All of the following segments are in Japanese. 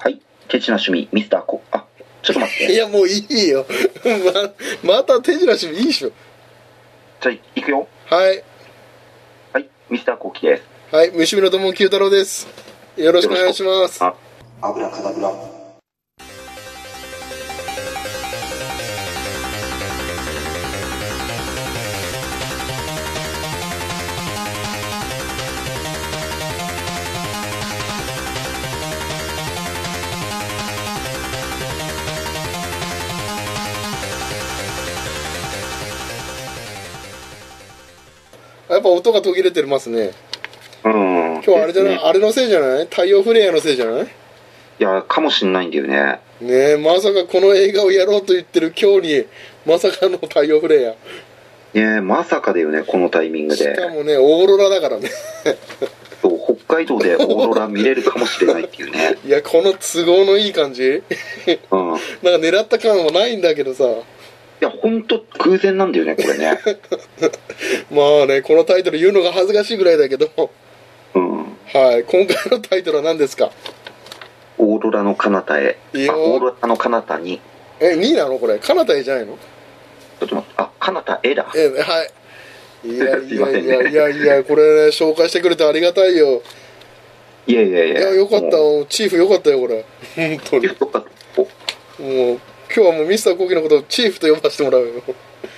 はい。ケチな趣味、ミスターコ。あ、ちょっと待っいて。やもういいよ ままた手品しもいいでしょじゃあ、行くよ。はいはい。ミスターコウキです。はい虫見の友九太郎ですよろしくお願いしますあ、油かだぶら。やっぱ音が途切れてますねうん。今今日あれじゃない、ね、あれのせいじゃない太陽フレアのせいじゃないいや、かもしんないんだよね。ねえまさかこの映画をやろうと言ってる今日にまさかの太陽フレアねえまさかだよね、このタイミングしで。かもねオーロラだからねそう、北海道でオーロラ見れるかもしれないっていう ね。いやこの都合のいい感じうん。いなんか狙った感はないんだけどさや、ほんと偶然なんだよね、これ ね。まあねこのタイトル言うのが恥ずかしいぐらいだけどうん。はい今回のタイトルは何ですかオーロラの彼方へ。いいよあ、オーロラの彼方に。え2なのこれかなたえじゃないのちょっと待って、あ、彼方へだ。え はいいやすいいまやせんいねやいやいやこれね紹介してくれてありがたいよいやいやいいや。やよかったもチーフよかったよこれ本当うによかった。おいもう今日はもうミスターコウキのことをチーフと呼ばせてもらうよ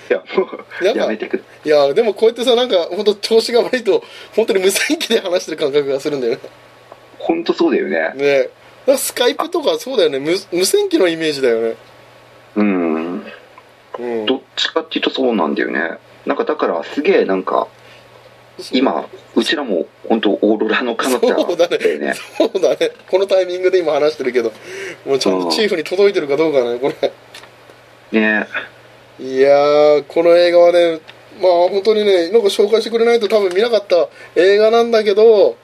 や、もう、ややばいめてくれ。いやでもこうやってさなんか本当調子が悪いと本当に無線機で話してる感覚がするんだよねほんとそうだよね。ねえだからスカイプとかそうだよね無無線機のイメージだよねうん。うんどっちかっていうとそうなんだよね。なんかだからすげえなんか、今、うちらも本当オーロラの彼方そうだねだよね。そうだねこのタイミングで今話してるけどもうちゃんとチーフに届いてるかどうかねこれねいやーこの映画はねまあ本当にねなんか紹介してくれないと多分見なかった映画なんだけど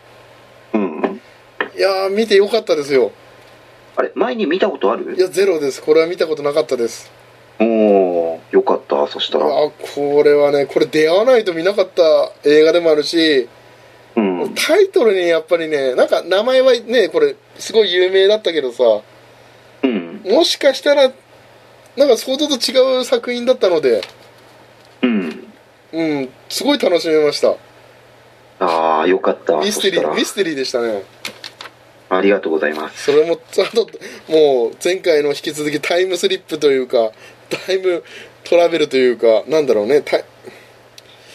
うん。いやー見てよかったですよあれ、前に見たことあいるやゼロですこれは見たことなかったですおー、よかった。そしたら。あこれはねこれ出会わないと見なかった映画でもあるしうん。タイトルにやっぱりねなんか名前はねこれすごい有名だったけどさうん。もしかしたらなんか想像と違う作品だったのでうん。うんすごい楽しめましたあー、よかった。ミステリそーミしステリーでしたねたら。ありがとうございます。それもちゃんともう前回の引き続きタイムスリップというかタイムトラベルというかなんだろうねタイ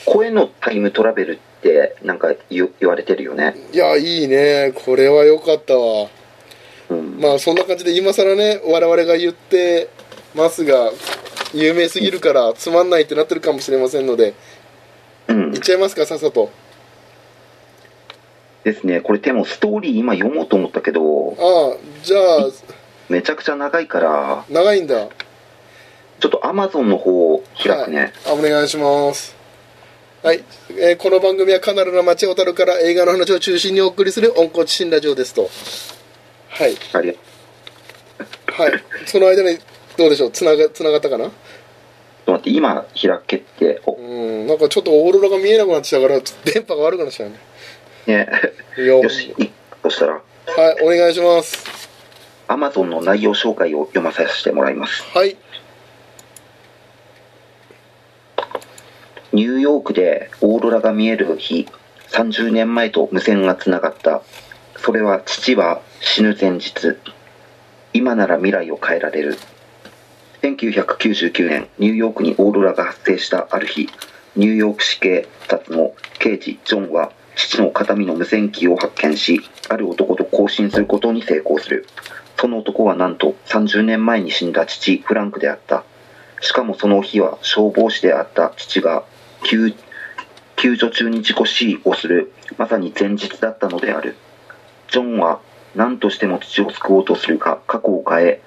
声のタイムトラベルって、なんか言言われてるよね。いやいいねこれは良かったわうん。まあそんな感じで今更ね我々が言ってますが有名すぎるからつまんないってなってるかもしれませんのでうんいっ。ちゃいますかさっさとですね。これでもストーリー今読もうと思ったけど、ああじゃあめちゃくちゃ長いから、長いんだちょっとアマゾンの方を開くね。はい、あお願いしますはい、えーこの番組はカナルの町小樽から映画の話を中心にお送りする温厚知新ラジオですとはいあれはいその間にどうでしょうつながつながったかなちょっと待って、今開けて、おう、んなんかちょっとオーロラが見えなくなってきたからちょっと電波が悪くなっちゃうねね。よよし、いそしたら、はいお願いしますアマゾンの内容紹介を読まさせてもらいます。はいニューヨークでオーロラが見える日、30年前と無線がつながった。それは父は死ぬ前日。今なら未来を変えられる。1999年、ニューヨークにオーロラが発生したある日、ニューヨーク市警察の刑事ジョンは父の形見の無線機を発見し、ある男と交信することに成功する。その男はなんと30年前に死んだ父、フランクであった。しかもその日は消防士であった父が救救助中に事故死をするまさに前日だったのであるジョンは何としても父を救おうとするが過去を変え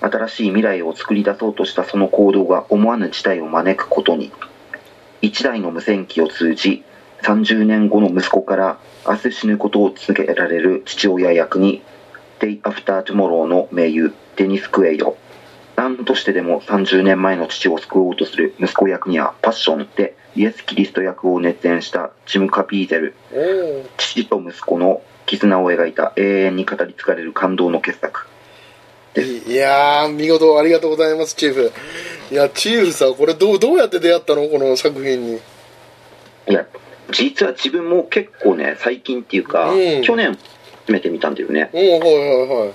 新しい未来を作り出そうとしたその行動が思わぬ事態を招くことに一台の無線機を通じ30年後の息子から明日死ぬことを告げられる父親役に「Day After Tomorrow」の名優デニス・クエイド何としてでも30年前の父を救おうとする息子役にはパッションでイエス・キリスト役を熱演したジム・カピーゼルおお父と息子の絆を描いた永遠に語り継がれる感動の傑作です。いやー見事ありがとうございますチーフいやチーフさこれどうどうやって出会ったのこの作品にいや、実は自分も結構ね、最近っていうか、うん去年初めて見たんだよね。おおはいはいはい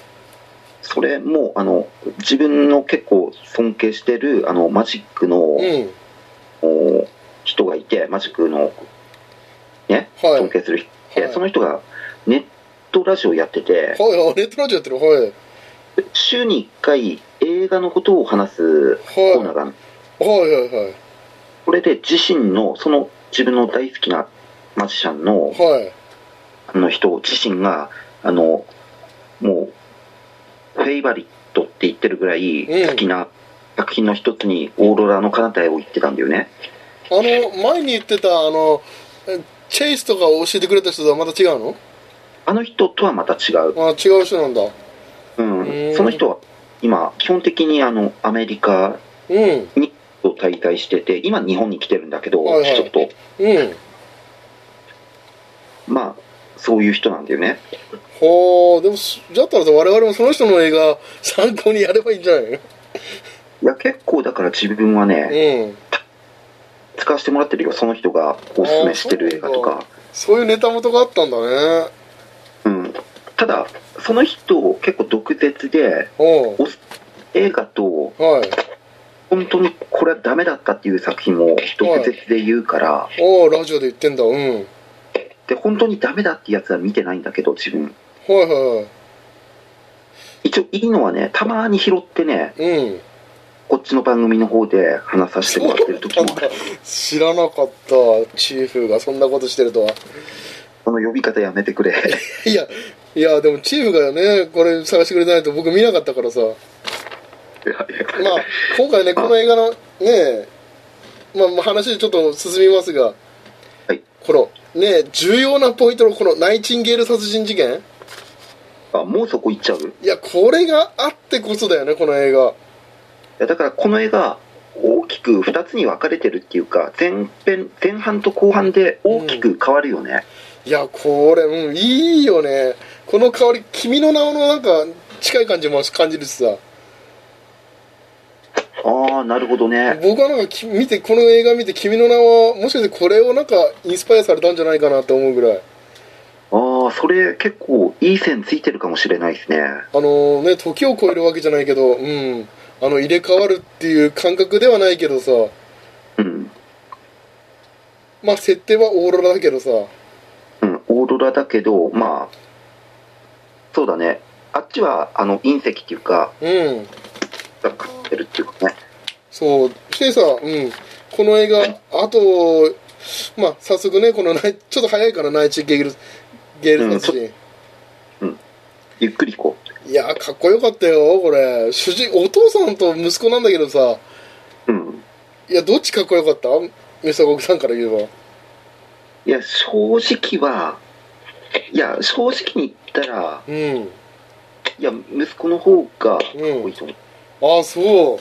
それも、あの、自分の結構尊敬してる、あの、マジックの、うんお人がいて、マジックの、ね、はい尊敬する人で、はいその人がネットラジオやってて、はいはいネットラジオやってるはいはい週に1回映画のことを話すコーナーがある、はいはいこれで自身の、その自分の大好きなマジシャンのはいあの人自身が、あの、もう、フェイバリットって言ってるぐらいうん好きな作品の一つに、オーロラの彼方へを言ってたんだよね。あの前に言ってたあのえチェイスとかを教えてくれた人とはまた違うのあの人とはまた違う。あ違う人なんだう、うんんその人は今基本的にあのアメリカうんを滞在してて今日本に来てるんだけど、はいはいちょっとうんまあそういう人なんだよねほーでもすじゃったらさ我々もその人の映画参考にやればいいんじゃないのいや結構だから自分はね、うん使わせてもらってるよその人がおすすめしてる映画とあかそういうネタ元があったんだねうんただその人結構毒舌でおうおす映画とはい本当にこれはダメだったっていう作品も毒舌で言うから、おおラジオで言ってんだうんはいで本当にダメだってやつは見てないんだけど自分は一応いいのはねたまに拾ってねいはいうんこっちの番組の方で話させてもらってる時もある知らなかったチーフがそんなことしてるとはその呼び方やめて くれいやいやでもチーフがねこれ探してくれてないと僕見なかったからさまあ今回ねこの映画のねまあまあ話ちょっと進みますがはいこのね重要なポイントのこのナイチンゲール殺人事件あもうそこ行っちゃういいやこれがあってこそだよねこの映画やだからこの映画大きく2つに分かれてるっていうか前編前半と後半で大きく変わるよね、いやこれうんいいよねこの香り君の名のなんか近い感じも感じるしさああなるほどね僕はなんかき見てこの映画見て君の名はもしかしてこれをなんかインスパイアされたんじゃないかなって思うぐらいああそれ結構いい線ついてるかもしれないですねあのね時を超えるわけじゃないけどうんあの入れ替わるっていう感覚ではないけどさうん、まあ設定はオーロラだけどさうん、オーロラだけどまあそうだねあっちはあの隕石っていうかうんがかってるっていうかねそうしてさうんこの映画あとまあ早速ねこのナイちょっと早いからナイチゲールゲール殺人、ゆっくり行こいやかっこよかったよこれ主人お父さんと息子なんだけどさううんいやどっちかっこよかったミスターゴクさんから言えばいや、正直は、いや、正直に言ったら、うんいや、息子の方が多いと思。ああそう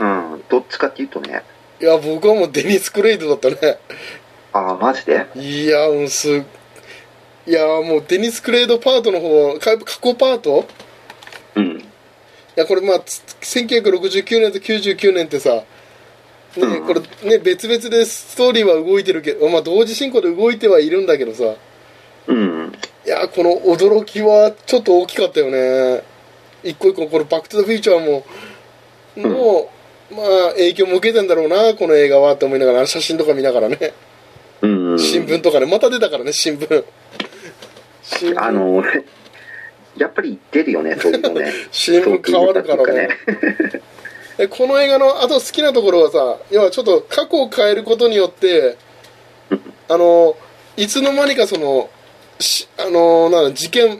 うん、どっちかっていうとね、ういや僕はもうデニス・クレイドだったねああ、マジでいやうんすいやもうデニス・クレイドパートの方か過去パートうん。いやこれまあつ1969年と99年ってさねうんこれね別々でストーリーは動いてるけどまあ同時進行で動いてはいるんだけどさうん。いやこの驚きはちょっと大きかったよね一個一個この「バック・トゥ・ザ・フューチャーも」うんもうまあ影響も受けてんだろうなこの映画はって思いながら写真とか見ながらねうん。新聞とかねまた出たからね新聞新聞あの、 やっぱり出るよね、そういうのね。 新聞変わるからねえこの映画のあと好きなところはさ要はちょっと過去を変えることによってあのいつの間にかそのしあのなんだ事件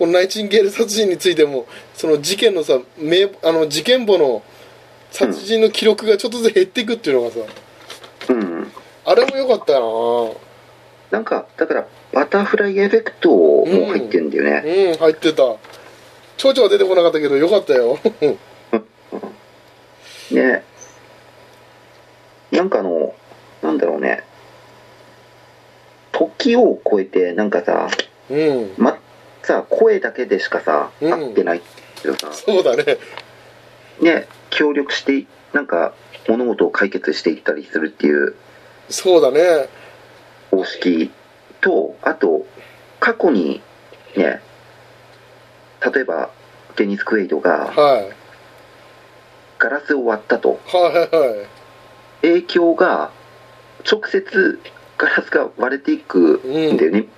このナイチンゲール殺人についてもその事件のさ名あの事件簿の殺人の記録がちょっとずつ減っていくっていうのがさ、うん。あれも良かったよなんか、だから、バタフライエフェクトも入ってんだよなね。うん入ってた蝶々は出てこなかったけど良かったよ ね。なんかあの、なんだろうね。時を超えて、なんかさ、うんま、さ声だけでしかさうん合ってないけどさ、そうだねね協力してなんか物事を解決していったりするっていうそうだね方式とあと過去にね例えばデニス・クエイドがはいガラスを割ったとはいはいはい影響が直接ガラスが割れていくんだよね、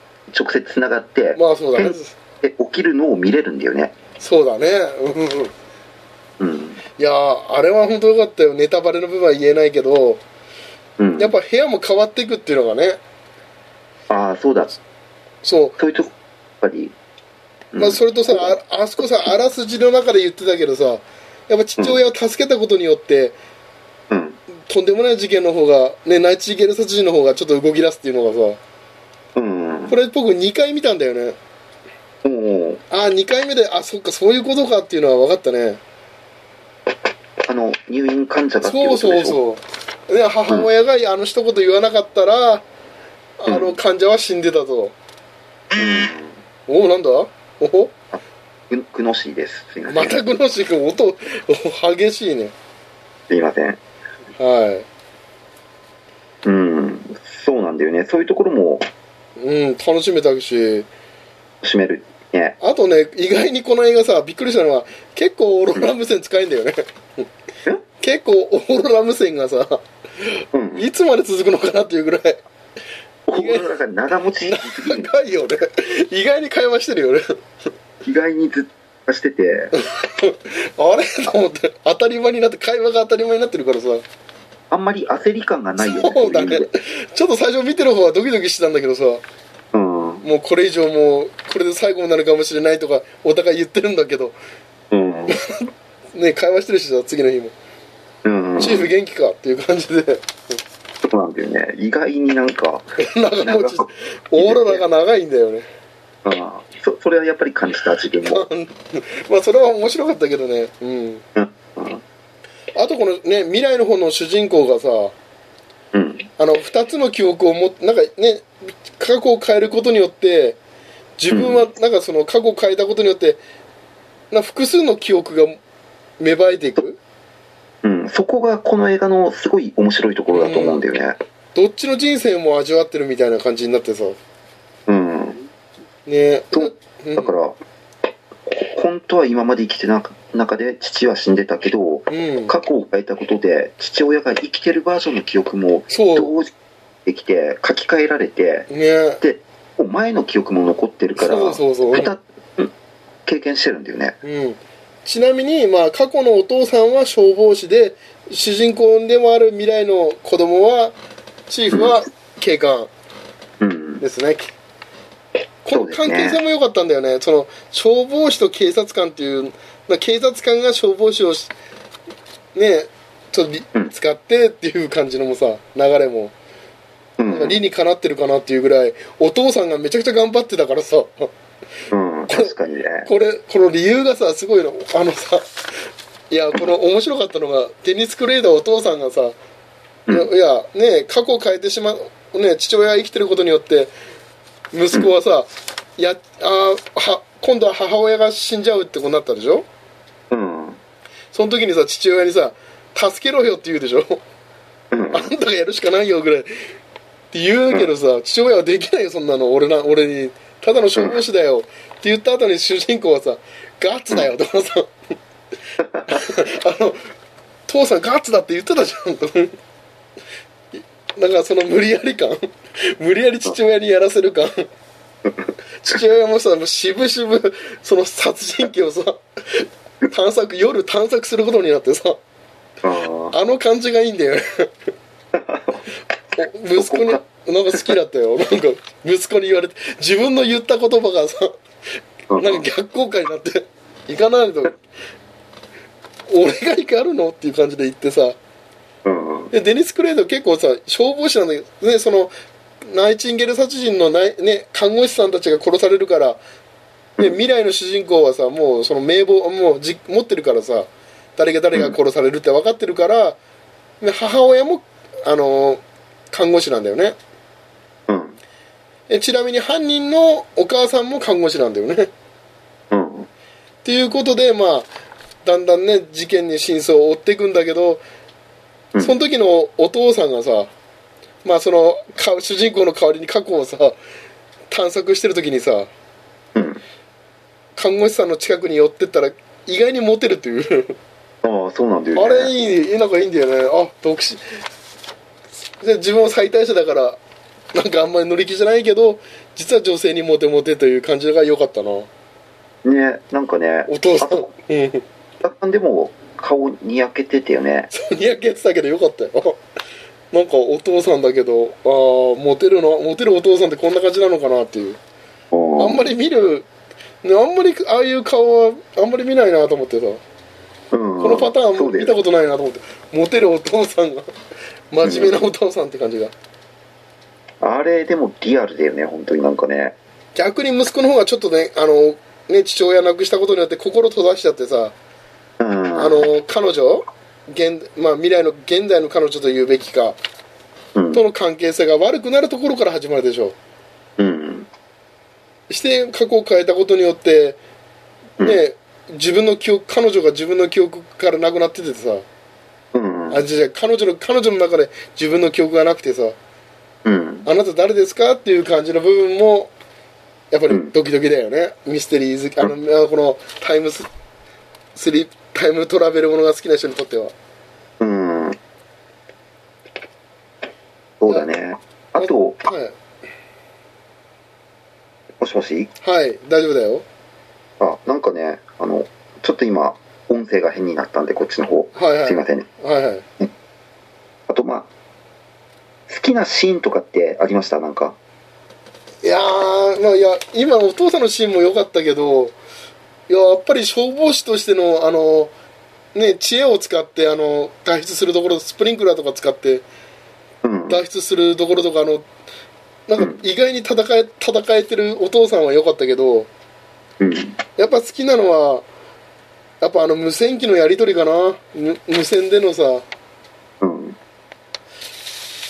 直接つながって、まあそうだねで起きるのを見れるんだよねそうだねうんうんうんうんいやーあれは本当よかったよネタバレの部分は言えないけどうんやっぱ部屋も変わっていくっていうのがねああそうだそうそういうとこやっぱり、うんまあ、それとさああそこさあらすじの中で言ってたけどさやっぱ父親を助けたことによって、うんとんでもない事件の方がねナイチンゲール殺人の方がちょっと動き出すっていうのがさうんこれ僕2回見たんだよねおおああ2回目であそっかそういうことかっていうのは分かったねあの入院患者だっていうそこうとそうでしょそうで母親があの一言言わなかったら、あの患者は死んでたとおおなんだおおうんグノシーですすいません、またグノシ君音お激しいねすいませんはいうんそうなんだよねそういうところもうん楽しめたし占めるねあとね、意外にこの映画さ、びっくりしたのは、結構オーロラ無線使えんだよね。結構オーロラ無線がさ、うんいつまで続くのかなっていうぐらい、おおだから長持ち長いよね。意外に会話してるよね。意外にずっとしててあれと思って、当たり前になって、会話が当たり前になってるからさ、あんまり焦り感がないよねそうだい意ね味で。ちょっと最初見てる方はドキドキしてたんだけどさ、うんうもうこれ以上もう、これで最後になるかもしれないとか、お互い言ってるんだけど、んね、会話してるしさ、次の日も。うんチーフ元気かっていう感じで、 そうなんだよね意外になんか長持 ち、オーロラが長いんだよね。 あーそそれはやっぱり感じた次元も、まあそれは面白かったけどね、うん、うんうんあとこのね未来の方の主人公がさうん、あの2つの記憶をもなんかね過去を変えることによって自分はなんかその過去を変えたことによってな複数の記憶が芽生えていくうん、そこがこの映画のすごい面白いところだと思うんだよねどっちの人生も味わってるみたいな感じになってさうん、ねそううんだから本当は今まで生きてな中で父は死んでたけどうん過去を変えたことで父親が生きてるバージョンの記憶もそう同時にできて書き換えられてねで前の記憶も残ってるからそうそうそう二つうん経験してるんだよねうん、ちなみに、まあ、過去のお父さんは消防士で主人公でもある未来の子供はチーフは警官うんですね、こそうのです関ね係性も良かったんだよねその消防士と警察官っていう、まあ、警察官が消防士をしねちょっとりうん使ってっていう感じのもさ流れもうんなんか理にかなってるかなっていうぐらいお父さんがめちゃくちゃ頑張ってたからさうん確かにねこれこの理由がさすごいのあのさいやこの面白かったのがデニス・クレイダーお父さんがさ、うんいやいやね過去を変えてしまう、ね、父親が生きてることによって息子はさ、やあーは今度は母親が死んじゃうってことになったでしょうんその時にさ父親にさ「助けろよ」って言うでしょうん あんたがやるしかないよぐらいって言うけどさ父親はできないよそんなの俺な俺にただの消防士だよって言った後に主人公はさガッツだよとかさ あの父さんガッツだって言ってたじゃん となんかその無理やり感 無理やり父親にやらせる感父親もさもう渋々その殺人鬼をさ探索夜探索することになってさあーあの感じがいいんだよ ねお息子になんか好きだったよなんか息子に言われて自分の言った言葉がさうんなんか逆効果になって行かないと俺が行かあるのっていう感じで行ってさうんでデニス・クレイド結構さ消防士なんだけどねそのナイチンゲール殺人のない、ね、看護師さんたちが殺されるから、ね、未来の主人公はさもうその名簿もうじ持ってるからさ誰が誰が殺されるって分かってるから、ね、母親もあのー看護師なんだよねうんえちなみに犯人のお母さんも看護師なんだよねうん。っていうことでまあだんだんね事件に真相を追っていくんだけどうんその時のお父さんがさまあそのか主人公の代わりに過去をさ探索してる時にさうん。看護師さんの近くに寄ってったら意外にモテるというああ、そうなんだよね。あれいいなんかいいんだよねあ独身で自分は最大者だからなんかあんまり乗り気じゃないけど実は女性にモテモテという感じが良かったなおね、なんかね、父さんあうとん若干でも顔にやけてたよね。にやけてたけどよかったよなんかお父さんだけどああモテるのモテるお父さんってこんな感じなのかなっていうああんまり見るねあんまりああいう顔はあんまり見ないなと思ってさここのパターそうンだ見たよことないなと思ってモテるお父さんが真面目なお父さんって感じがあれでもリアルだよね、本当になんかね。逆に息子の方がちょっとねあのね父親亡くしたことによって心閉ざしちゃってさうん。あの彼女現、まあ、未来の現代の彼女というべきかうんとの関係性が悪くなるところから始まるでしょううん。して過去を変えたことによって、うんね、自分の記憶彼女が自分の記憶からなくなっててさ、うん。あじゃあ彼女の彼女の中で自分の記憶がなくてさうん。あなた誰ですかっていう感じの部分もやっぱうりんドキドキだよね、ミステリー好きあの、あのこのタイムススリタイムトラベルものが好きな人にとってはうん。そうだね。あと、はい、もしもしはい、大丈夫だよあ、なんかね、あの、ちょっと今、音声が変になったんで、こっちの方。はいはすいいませんね。はいはいあと、まあ、好きなシーンとかってありましたなんか。いやー、まあ、いや今お父さんのシーンも良かったけどいややっぱり消防士としてのあの、ね、知恵を使ってあの脱出するところスプリンクラーとか使ってうん。脱出するところとかあのなうんんか意外に戦え戦えてるお父さんは良かったけどうん。やっぱ好きなのはやっぱあの無線機のやり取りかな無無線でのさいうん。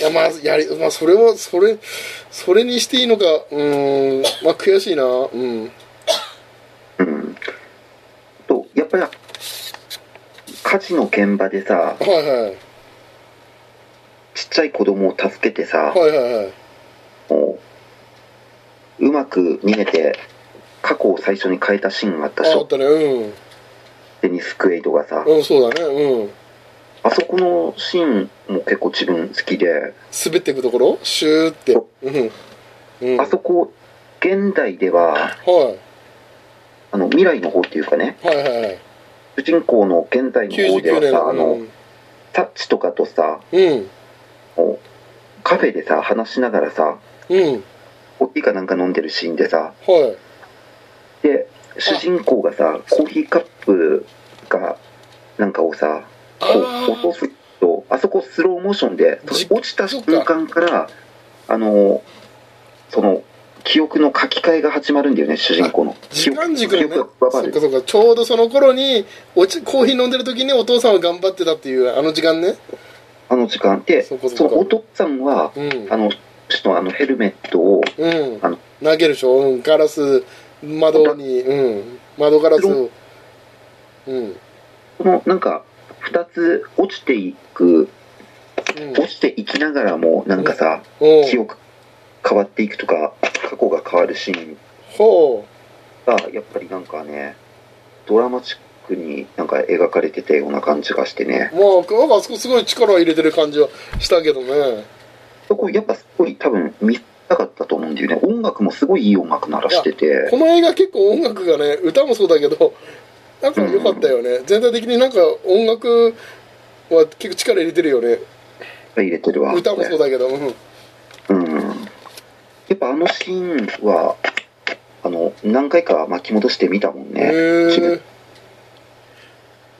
やまあやり、まあ、それはそれそれにしていいのかうーんまあ悔しいなうんうん。と、やっぱり、火事の現場でさ、はいはいちっちゃい子供を助けてさ、はいはいはいもううまく逃げて、過去を最初に変えたシーンがあったでしああょっ。たねうんデニス・クエイドがさ、うんそうだねうんあそこのシーンも結構自分好きで、滑っていくところシューってそうん、うん、あそこ、現代では、はあの、未来の方っていうかね、いはいはいはい主人公の現代の方で99は年さ、のあの、タッチとかとさ、うんこうカフェでさ、話しながらさ、うんコーヒーかなんか飲んでるシーンでさ、はいで、主人公がさ、コーヒーカップが、なんかをさ、あこーう落とすとあそこスローモーションでそじ落ちたそっ瞬か間からあのその記憶の書き換えが始まるんだよね主人公の時間軸のね記憶がそバっるかそっかちょうどその頃におちコーヒー飲んでる時にお父さんは頑張ってたっていうあの時間ねあの時間でそそっかそっかのお父さんはうんあのちょっとあのヘルメットをうんあの投げるでしょ、うん、ガラス窓にうん窓ガラスをうんこのなんか2つ落ちていくうん落ちていきながらもなんかさお記う憶変わっていくとか過去が変わるシーンほがやっぱりなんかねドラマチックになんか描かれてたような感じがしてねうまあなんかあそこすごい力を入れてる感じはしたけどねそこやっぱすごい多分見たかったと思うんだよね音楽もすごいいい音楽鳴らしててこの映画結構音楽がね歌もそうだけどなんか良かったよね、全体的になんか音楽は結構力入れてるよね入れてるわ歌もそうだけど、うん、うんやっぱあのシーンはあの何回か巻き戻して見たもんへねえ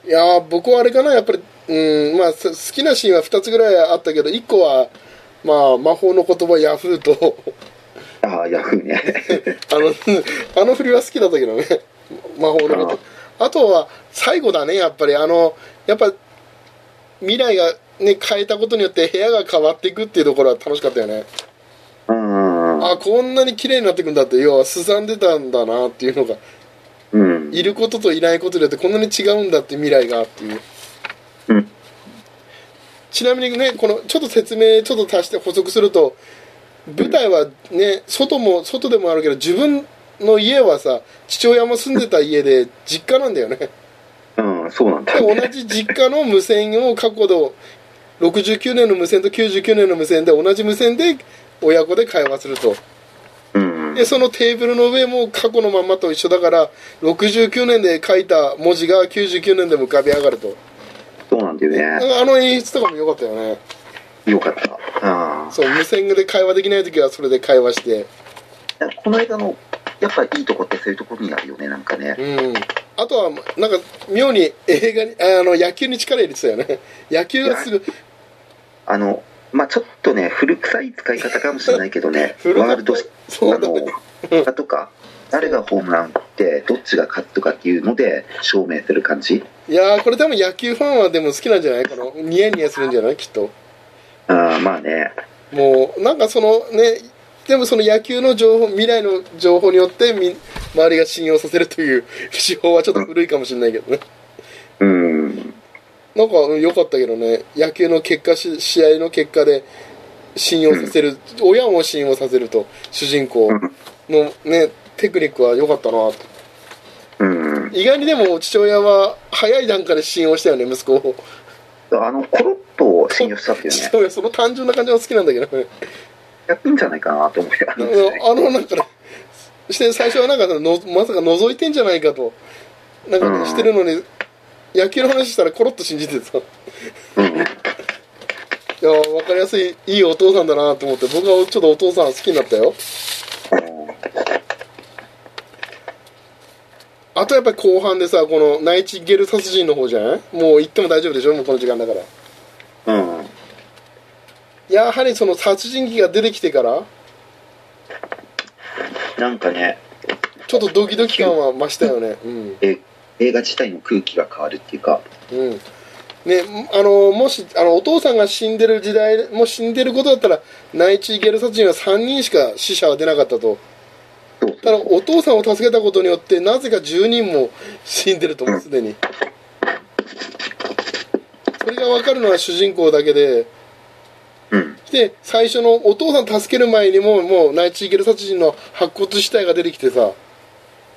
いやー僕はあれかなやっぱりうんまあす好きなシーンは2つぐらいあったけど1個はまあ魔法の言葉ヤフーと ああヤフーねあの あの振りは好きだったけどね魔法のことあとは最後だねやっぱりあのやっぱ未来がね変えたことによって部屋が変わっていくっていうところは楽しかったよねうんあこんなに綺麗になってくんだって要はすさんでたんだなっていうのがうんいることといないことによってこんなに違うんだって未来がっていううんちなみにねこのちょっと説明ちょっと足して補足すると舞台はね外も外でもあるけど自分の家はさ父親も住んでた家で実家なんだよねうんそうなんだでよ同ねじ実家の無線を過去の69年の無線と99年の無線で同じ無線で親子で会話するとうんでそのテーブルの上も過去のまんまと一緒だから69年で書いた文字が99年でも浮かび上がるとそうなんだよねあの演出とかも良かったよねよかったあそう無線で会話できない時はそれで会話してあこの間のやっぱいいとこってそういうところにあるよねなんかねうんあとはなんか妙に映画にあの野球に力入れてたよね 野球はするあのまあちょっとね古臭い使い方かもしれないけどね 古かったワールドシそうだねあのとか誰がホームラン打ってどっちが勝つとかっていうので証明する感じいやーこれ多分野球ファンはでも好きなんじゃないこのニヤニヤするんじゃないきっとあーまあねもうなんかそのねでもその野球の情報未来の情報によってみ周りが信用させるという 手法はちょっと古いかもしれないけどねうんなんかうん良かったけどね野球の結果し試合の結果で信用させる、親も信用させると主人公のねテクニックは良かったなとうん意外にでも父親は早い段階で信用したよね息子をあのコロッと信用したっていうね父親その単純な感じが好きなんだけどねやってんじゃないかなと思ってああの のあのなんかねして最初はなんかのまさか覗いてんじゃないかとなんかね、うんしてるのに野球の話したらコロッと信じてさいうんやー分かりやすいいいお父さんだなと思って僕はちょっとお父さん好きになったよあとやっぱり後半でさこのナイチンゲール殺人の方じゃないもう行っても大丈夫でしょもうこの時間だからうんやはりその殺人鬼が出てきてからなんかねちょっとドキドキ感は増したよねうんえ映画自体の空気が変わるっていうかうん、ねあのもしあのお父さんが死んでる時代もう死んでることだったらナイチンゲール殺人は3人しか死者は出なかったとそうただお父さんを助けたことによってなぜか10人も死んでるともうすでにそれが分かるのは主人公だけでうんで最初のお父さん助ける前にももうナイチンゲール殺人の白骨死体が出てきてさ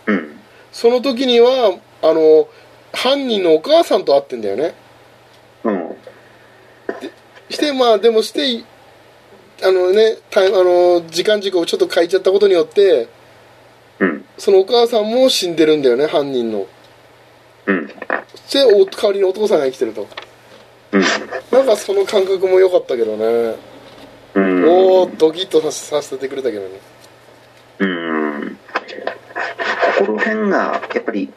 うんその時にはあの犯人のお母さんと会ってんだよねうんしてまあでもしてあのねタイあの時間軸をちょっと変えちゃったことによってうんそのお母さんも死んでるんだよね犯人のうんそしてお代わりにお父さんが生きてるとうんなんかその感覚も良かったけどね、うんおおドキッとさせさせてくれたけどねうんここら辺がやっぱり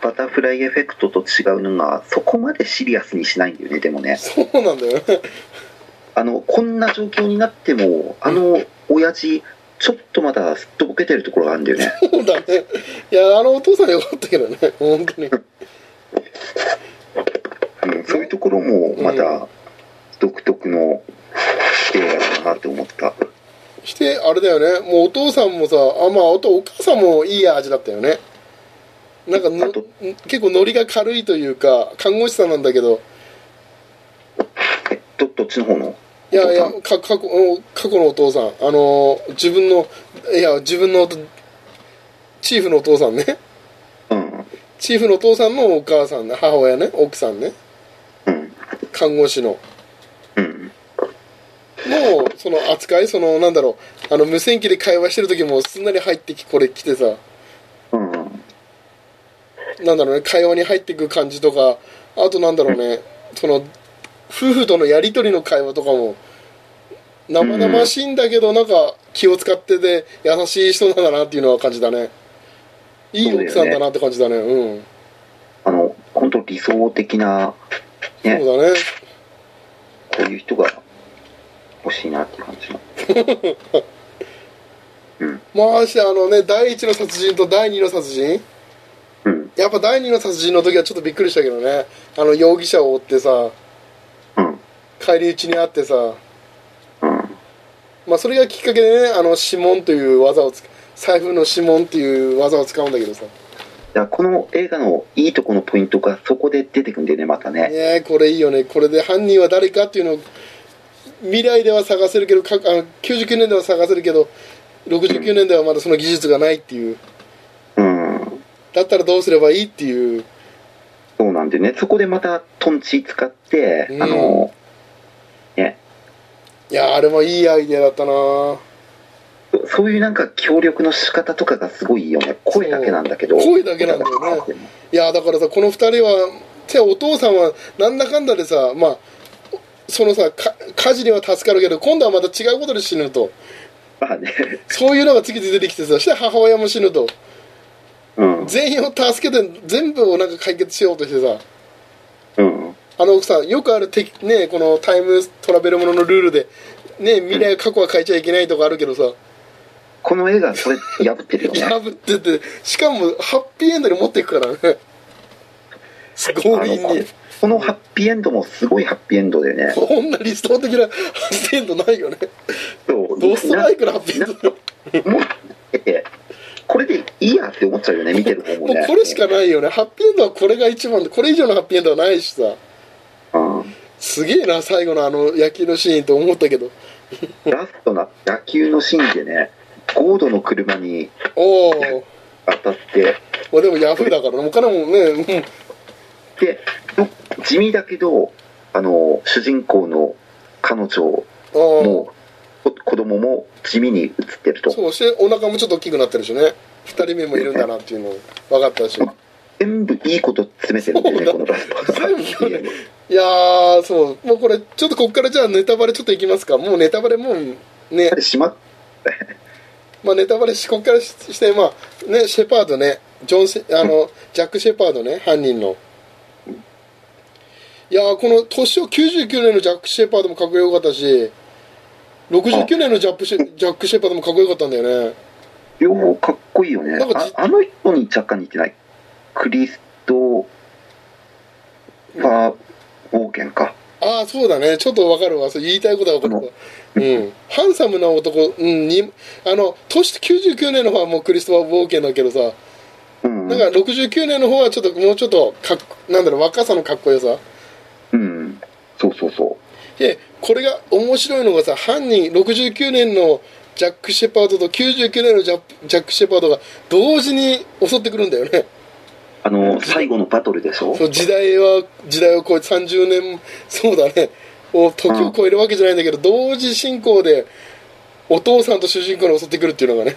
バタフライエフェクトと違うのがそこまでシリアスにしないんだよねでもねそうなんだよねあのこんな状況になってもあの親父ちょっとまだすっとぼけてるところがあるんだよ ねそうだねいやあのお父さん良かったけどね本当にうんそういうところもまうた独特の映画だなって思った。してあれだよねもうお父さんもさあまああとお母さんもいい味だったよねなんかのあと結構ノリが軽いというか看護師さんなんだけどえどどっちの方のいやいやか過去うん過去のお父さんあのー自分のいや自分のチーフのお父さんね うんチーフのお父さんのお母さんね母親ね奥さんねうん看護師のうんもうその扱いそのなんだろうあの無線機で会話してる時もすんなり入ってきこれ来てさうんなんだろうね会話に入っていく感じとかあとなんだろうねその夫婦とのやり取りの会話とかも生々しいんだけどなんか気を使ってて優しい人なんだなっていうのは感じだねいい奥さんだなって感じだねうんあの本当理想的なねそうだねこういう人が欲しいなって感じの。うんまあしてあのね第一の殺人と第二の殺人うんやっぱ第二の殺人の時はちょっとびっくりしたけどねあの容疑者を追ってさうん帰り討ちに会ってさうんまあ、それがきっかけでねあの指紋という技をつ財布の指紋っていう技を使うんだけどさねだからこの映画のいいとこのポイントがそこで出てくんでねまたねえこれいいよねこれで犯人は誰かっていうのを未来では探せるけどかあの99年では探せるけど69年ではまだその技術がないっていううんだったらどうすればいいっていうそうなんでねそこでまたトンチ使って、うんあのねいやあれもいいアイデアだったなぁそそういうなんか協力の仕方とかがすごいいいよね声だけなんだけどそう声だけなんだよね声けいやだからさこの2人はてお父さんはなんだかんだでさまあそのさか火事には助かるけど今度はまた違うことで死ぬとまあね そういうのが次々出てきてさそして母親も死ぬとうん全員を助けて全部をなんか解決しようとしてさうんあのさよくあるてねこのタイムトラベルもののルールでね未来過去は変えちゃいけないとかあるけどさこの映画それ破ってるよね破っててしかもハッピーエンドに持っていくからね 強あ引のにこのハッピーエンドもすごいハッピーエンドだよねこんな理想的なハッピーエンドないよねそうドストライクのハッピーエンドだよもうえこれでいいやって思っちゃうよね見てる方ももうねこれしかないよねハッピーエンドはこれが一番でこれ以上のハッピーエンドはないしさうんすげえな最後のあの野球のシーンと思ったけどラストな野球のシーンでねゴードの車におお当たってまあでもヤフーだからねお金もねうんでの地味だけどあの主人公の彼女あもこ子供も地味に映ってるあとそうしてお腹もちょっと大きくなってるしね2人目もいるんだなっていうの分かったし全部いいこと詰めてるんだよねこのラスト 全部ねいやーそうもうこれちょっとこっからじゃあネタバレちょっといきますかもうネタバレもうねあれしまっまあネタバレしこっからししてまあねシェパードねジョンセあのジャック・シェパードね犯人のいやーこの年を99年のジャック・シェパードもかっこよかったし69年のジャップシェジャック・シェパードもかっこよかったんだよね両方かっこいいよねなんかあじあの人に若干似てないクリストファー・冒険かああそうだねちょっとわかるわそう言いたいことが分かったうんハンサムな男、うん、にあの年99年の方はもうクリストファー・ボーケンだけどさうんなんか69年の方はちょっともうちょっとかっこなんだろう若さのかっこよさうんそうそうそでこれが面白いのがさ犯人69年のジャック・シェパードと99年のジャップジャック・シェパードが同時に襲ってくるんだよねうあの最後のバトルでしょそう時代は時代を超えて30年そうだねを時を超えるわけじゃないんだけど同時進行でお父さんと主人公に襲ってくるっていうのがね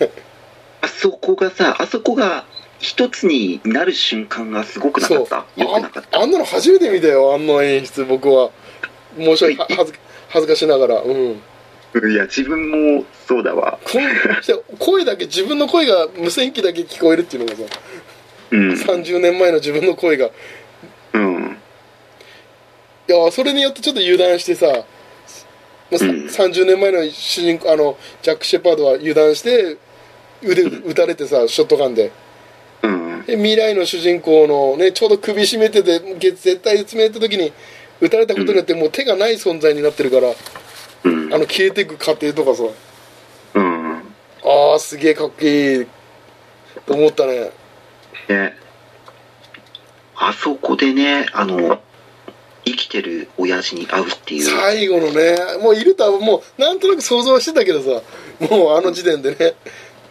あそこがさあそこが一つになる瞬間がすごくなかそうったよくなかっああんなの初めて見たよあんな演出僕は 申し訳は恥ず恥ずかしながらうんたいや自分もそうだわこんして声だけ自分の声が無線機だけ聞こえるっていうのがさうん30年前の自分の声がいうんやそれによってちょっと油断してさ、まあさうん30年前の主人公あのジャック・シェパードは油断して腕打たれてさショットガンでうんで未来の主人公の、ね、ちょうど首絞めててげ絶対詰めた時に打たれたことによってもう手がない存在になってるからあうんの消えていく過程とかさうんああすげえかっこいいと思ったねねあそこでねあの生きてる親父に会うっていう最後のねもういるとはもうなんとなく想像はしてたけどさもうあの時点でね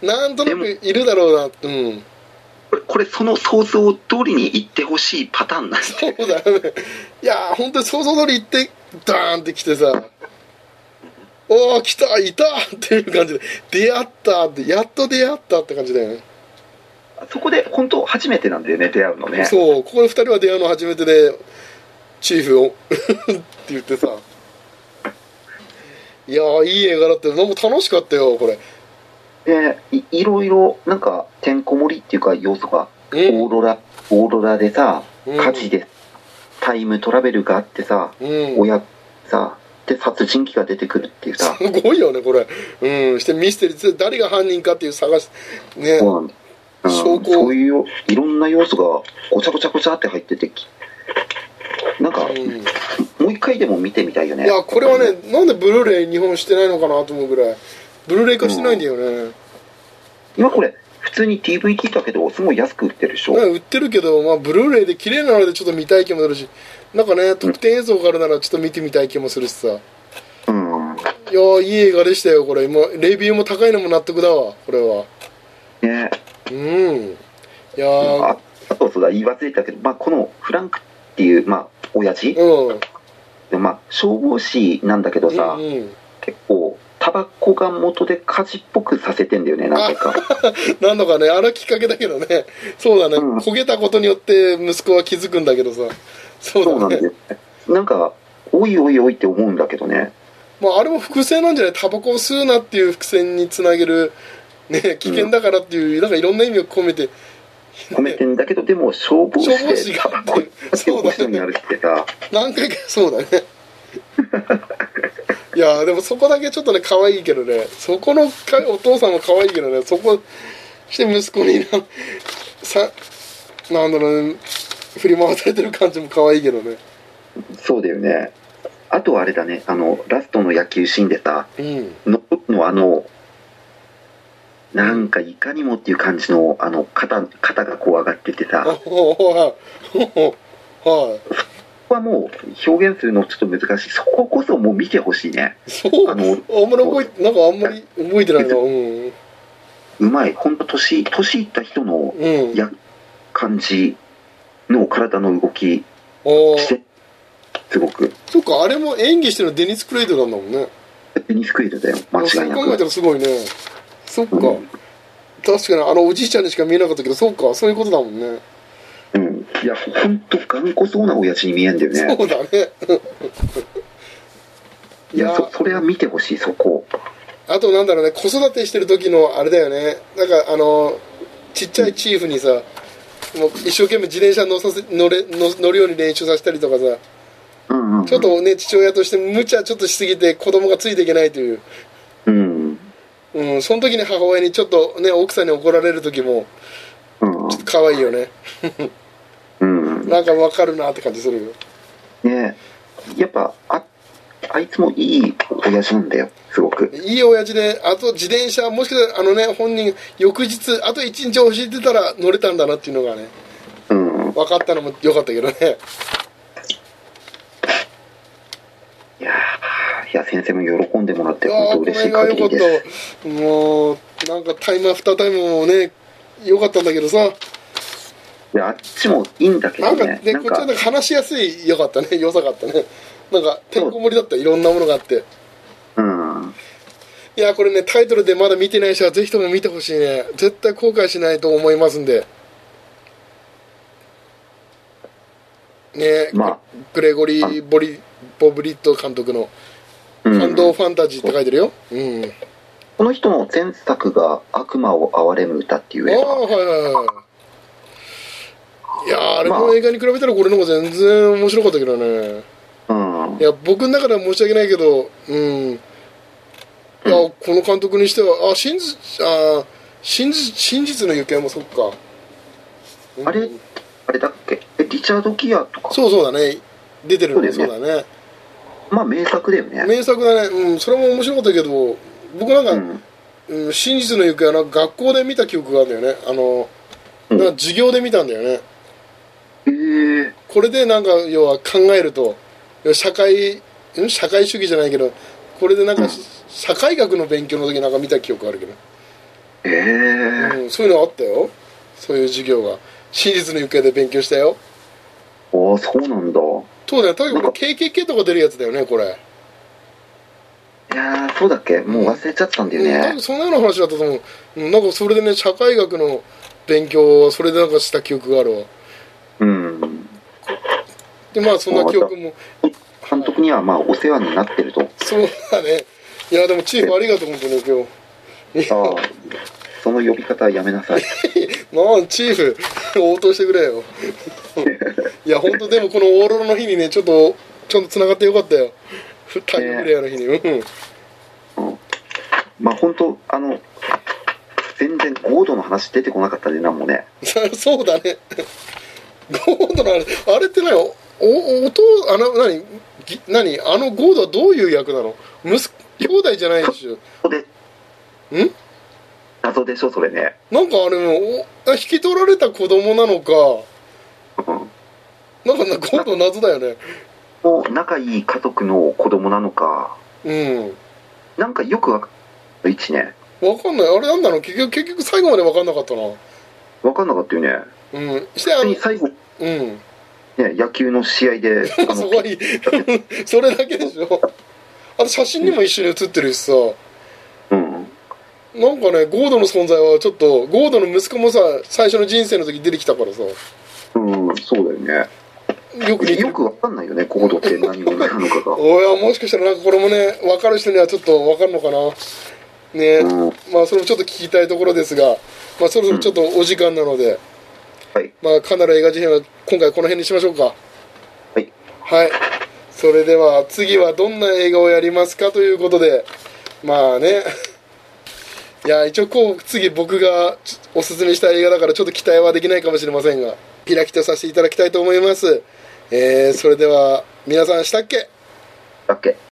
なんとなくいるだろうなうんこれこれその想像通りに言ってほしいパターンなんですそうだよね いやー本当に想像通り行ってダーンって来てさおお来たいたっていう感じで出会ったってやっと出会ったって感じだよねそこで本当初めてなんだよね出会うのねそうここで2人は出会うの初めてでチーフをって言ってさいやーいい映画だってもう楽しかったよこれでいいろいろなんかてんこ盛りっていうか要素がうんオーロラオーロラでさうん火事でタイムトラベルがあってさうん親さで殺人鬼が出てくるっていうさすごいよねこれうんしてミステリー誰が犯人かっていう探しねそうなんだうん証拠そういうよいろんな要素がごちゃごちゃごちゃって入っててきなんかうんもう一回でも見てみたいよねいやこれはねなんでブルーレイ日本してないのかなと思うぐらいブルーレイ化してないんだよね、今これ普通に DVD だけどすごい安く売ってるでしょ、ね売ってるけど、まあ、ブルーレイで綺麗なのでちょっと見たい気もするしなんかね特典映像があるならちょっと見てみたい気もするしさいやうんねーいい映画でしたよこれ今レビューも高いのも納得だわこれはうんいやーああとそうだ言い忘れたけど、まあ、このフランクっていうまあ親父、うんまあ、消防士なんだけどさ、うんうん、結構タバコが元で火事っぽくさせてんだよねなんかなんだかねあのきっかけだけどねそうだね、うん焦げたことによって息子は気づくんだけどさそうそうなだんねだよなんかおいおいおいって思うんだけどねまあ、あれも伏線なんじゃないタバコを吸うなっていう伏線につなげる、ね、危険だからっていう、なんかいろんな意味を込めて褒めてんだけどでも消防消防士士でがタバコってそうだね面白になるってさ何回かそうだねいやーでもそこだけちょっとね可愛いけどねそこのかお父さんも可愛いけどねそこして息子になさなんだろうね振り回されてる感じも可愛いけどねそうだよねあとはあれだねあのラストの野球シーンでさうんののあのなんかいかにもっていう感じのあの肩肩がこう上がっててさあほうほうはいほうほうはいここはもう表現するのちょっと難しいそここそもう見てほしいねそうああんのまり覚えてなんかあんまり覚えてないなうんうまい本当年年いった人のうんや感じの体の動きあーしてすごくそっかあれも演技してるのデニス・クレイドなんだもんねデニス・クイズだよ間そう違いな考えたくらすごいねそっか、うん確かにあのおじいちゃんにしか見えなかったけどそうかそういうことだもんねうんいや本当頑固そうな親父に見えんだよねそうだねいやそそれは見てほしいそこあとなんだろうね子育てしてる時のあれだよねなんかあのちっちゃいチーフにさもう一生懸命自転車乗させ乗れ乗乗るように練習させたりとかさうんうんうんちょっとね父親として無茶ちょっとしすぎて子供がついていけないといううんうんその時に母親にちょっとね奥さんに怒られる時もうんちょっと可愛いよねうんなんかわかるなって感じするよねやっぱああいつもいい親父なんだよすごくいい親父で、あと自転車、もしかしたらあのね、本人、翌日、あと一日教えてたら乗れたんだなっていうのがね、うん分かったのも良かった けどね。いやーいや先生も喜んでもらってああ、本当この嬉し映い画限良りかっですた。もう、なんかタイマー、二タイムもね、良かったんだけどさ、いやあっちもいいんだけなどんかねね、こっちはなんか話しやすい、良かったね、良さかったね。なんか、てんこ盛りだった、いろんなものがあって。うんいや、これね、タイトルでまだ見てない人は、ぜひとも見てほしいね。絶対後悔しないと思いますんで。ねまあグレゴリー・ボリボブリット監督のう「ん感動ファンタジー」って書いてるよ、うんこの人の前作が「悪魔を憐れむ歌」っていうあ映あ画はいはいはいいやーあれの映画に比べたらこれの方が全然面白かったけどねうんいや僕の中では申し訳ないけどうんい やこの監督にしてはあ真実あー真実真実の行方もそっか、うんあれあれだっけえリチャード・ギアとかそうそうだね出てるのもそそううだだねまあ名作だよね名作だねうんそれも面白かったけど僕なんか、ううんん真実の行方はなんか学校で見た記憶があるんだよねあのうんなんか授業で見たんだよね、えー、これでなんか要は考えると要は社会ん社会主義じゃないけどこれでなんか、うん社会学の勉強の時なんか見た記憶あるけど、えー、うん、そういうのあったよそういう授業が真実の行方で勉強したよああそうなんだそうだよ確かこれ KKK とか出るやつだよねこれ、いやーそうだっけもう忘れちゃったんだようん、多ね分そんなような話だったと思う、うん、なんかそれでね社会学の勉強をそれでなんかした記憶があるわうんでまあそんな記憶も監督にはまあお世話になってるとそうだねいやでもチーフありがとう本当に今ああその呼び方はやめなさ い日なんチーフ応答してくれよいや本当でもこのオーロラの日にねちょっとちょっとつながってよかったよ太陽フレアの日に、うんまあ本当あの全然ゴードの話出てこなかったでなんもねそ そうだねゴードのあれあれって何おお音あの何ぎ何あのゴードはどういう役なの息子兄弟じゃないでしょそれん謎でしょそれねなんかあれもお引き取られた子供なのかうんなんかなゴード謎だよねもう仲いい家族の子供なのかうんなんかよくわかん1ねわかんないあれなんだろう結局結局最後までわかんなかったなわかんなかったよねうんしてあ普通のに最後ねうん野球の試合であ すのごいそれだけでしょあと写真にも一緒に写ってるしさうんなんかねゴードの存在はちょっとゴードの息子もさ最初の人生の時出てきたからさようん、そうだよくね。似てよるくわかんないよね、コードって何者なのか が。おやもしかしたらなんかこれもね分かる人にはちょっと分かるのかなね、うん、まあそれもちょっと聞きたいところですが、まあ、そろそろちょっとお時間なので、はい。まあ、かなり映画事変は今回この辺にしましょうかはい。はいそれでは次はどんな映画をやりますかということでまあね いや一応こう次僕がちょおすすめした映画だからちょっと期待はできないかもしれませんが開きとさせていただきたいと思いますえー、それでは皆さんしたっけだっけ